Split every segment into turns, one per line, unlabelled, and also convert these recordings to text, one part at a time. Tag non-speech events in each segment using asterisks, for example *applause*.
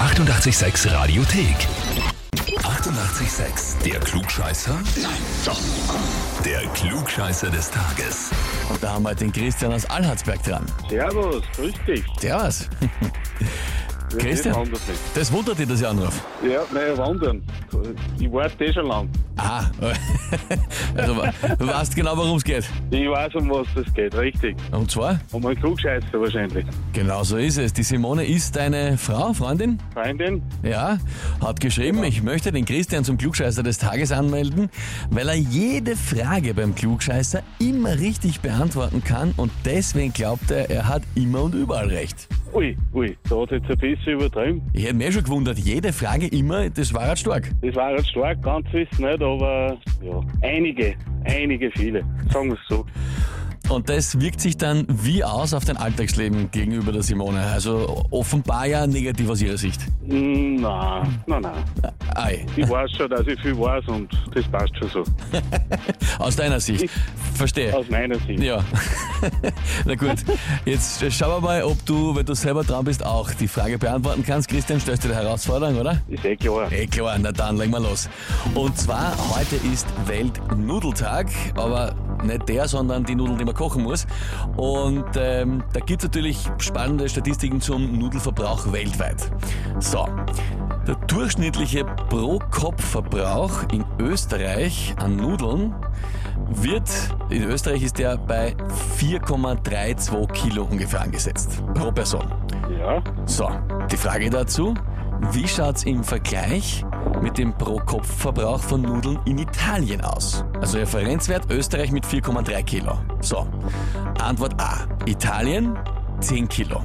886 Radiothek. 88,6. Der Klugscheißer? Nein, doch. Der Klugscheißer des Tages.
Und da haben wir halt den Christian aus Alharzberg dran.
Servus, grüß dich.
Der was?
Ja,
Christian.
Ich wundert mich.
Das wundert dich, dass ich anrufe.
Ja, nein, wandern. Ich warte eh schon lang.
Ah, *laughs* also wa- du weißt genau, worum es geht.
Ich weiß, um was das geht, richtig.
Und zwar,
Um einen Klugscheißer wahrscheinlich.
genau so ist es. Die Simone ist deine Frau, Freundin.
Freundin?
Ja, hat geschrieben, ich möchte den Christian zum Klugscheißer des Tages anmelden, weil er jede Frage beim Klugscheißer immer richtig beantworten kann und deswegen glaubt er, er hat immer und überall recht.
Ui, ui, da hat jetzt ein bisschen übertrieben.
Ich hätte mir schon gewundert, jede Frage immer, das war halt stark.
Das war jetzt stark, ganz wissen nicht, aber ja, einige, einige viele. Sagen wir es so.
Und das wirkt sich dann wie aus auf dein Alltagsleben gegenüber der Simone. Also offenbar ja negativ aus ihrer Sicht.
Mm, Nein, nein, nein.
Ei,
Ich weiß schon, dass ich viel weiß und das passt schon so.
aus deiner Sicht. Verstehe.
Aus meiner Sicht.
Ja. *laughs* Na gut, jetzt schauen wir mal, ob du, wenn du selber dran bist, auch die Frage beantworten kannst. Christian, stellst du die Herausforderung, oder?
Ist eh klar.
Eh klar, na dann legen wir los. Und zwar, heute ist Weltnudeltag, aber nicht der, sondern die Nudeln, die man kochen muss. Und ähm, da gibt es natürlich spannende Statistiken zum Nudelverbrauch weltweit. So, der durchschnittliche Pro-Kopf-Verbrauch in Österreich an Nudeln wird, in Österreich ist der bei 4,32 Kilo ungefähr angesetzt, pro Person.
Ja.
So, die Frage dazu, wie schaut's im Vergleich mit dem Pro-Kopf-Verbrauch von Nudeln in Italien aus? Also Referenzwert Österreich mit 4,3 Kilo. So, Antwort A, Italien 10 Kilo.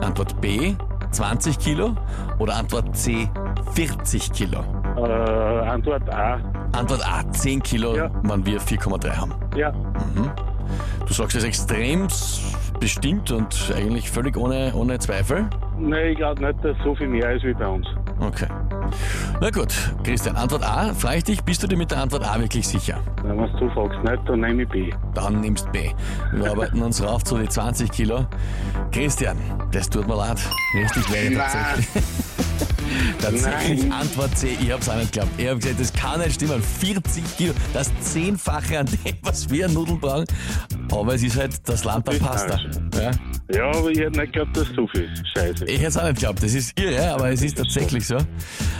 Antwort B, 20 Kilo. Oder Antwort C, 40 Kilo.
Äh, Antwort A.
Antwort A, 10 Kilo,
Ja.
wann wir 4,3 haben. Mhm.
Ja.
Du sagst es extrem bestimmt und eigentlich völlig ohne, ohne Zweifel.
Nein, ich glaube nicht, dass so viel mehr ist wie bei uns.
Okay. Na gut, Christian, Antwort A, frage ich dich, bist du dir mit der Antwort A wirklich sicher?
Wenn man es zufragst nicht, dann nehme ich B.
Dann nimmst B. Wir arbeiten uns rauf zu die 20 Kilo. Christian, das tut mir leid. Richtig wäre tatsächlich, tatsächlich
Nein.
Antwort C. Ich hab's auch nicht geglaubt. Ich hab gesagt, das kann nicht stimmen. 40 Kilo, das Zehnfache an dem, was wir an Nudeln brauchen. Aber es ist halt das Land der
Ist
Pasta.
falsch.
Ja?
Ja, aber ich hätte nicht geglaubt, dass so viel ist. Scheiße.
Ich hätte es auch nicht geglaubt. Das ist irre, aber es ist tatsächlich so.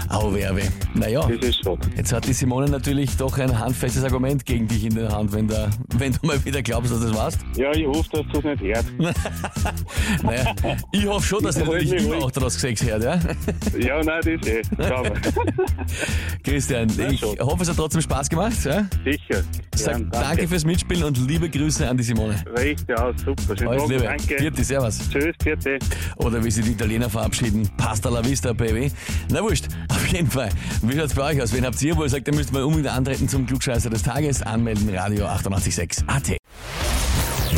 Au, weh, au, weh. Naja.
Das ist schade.
Jetzt hat die Simone natürlich doch ein handfestes Argument gegen dich in der Hand, wenn, da, wenn du mal wieder glaubst, dass das warst.
Ja, ich hoffe, dass du es nicht hörst.
Naja, ich hoffe schon, dass
Ich
ihr natürlich
wollte
immer
ruhig.
auch daraus gesehen hört,
*laughs*
ja?
Ja, nein, das eh.
*laughs*
Schau mal.
Christian, ich
schon.
hoffe, es hat trotzdem Spaß gemacht. Ja?
Sicher.
Sag
Gern,
danke fürs Mitspielen und liebe Grüße an die Simone.
Richtig aus, super. Schönen
Alles
Tag.
Liebe.
Danke.
Vierte, servus.
Tschüss, vierte.
Oder wie sie die Italiener verabschieden. Pasta la vista, Baby. Na wurscht, *laughs* auf jeden Fall. Wie schaut's bei euch aus? Wen habt ihr, wo ihr sagt, ihr müsst mal unbedingt antreten zum Klugscheißer des Tages? Anmelden, Radio 886 AT.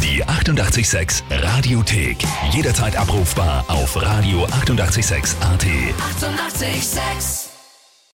Die 88,6 Radiothek. Jederzeit abrufbar auf radio886.at. 88,6.
Eighty-eight, sex.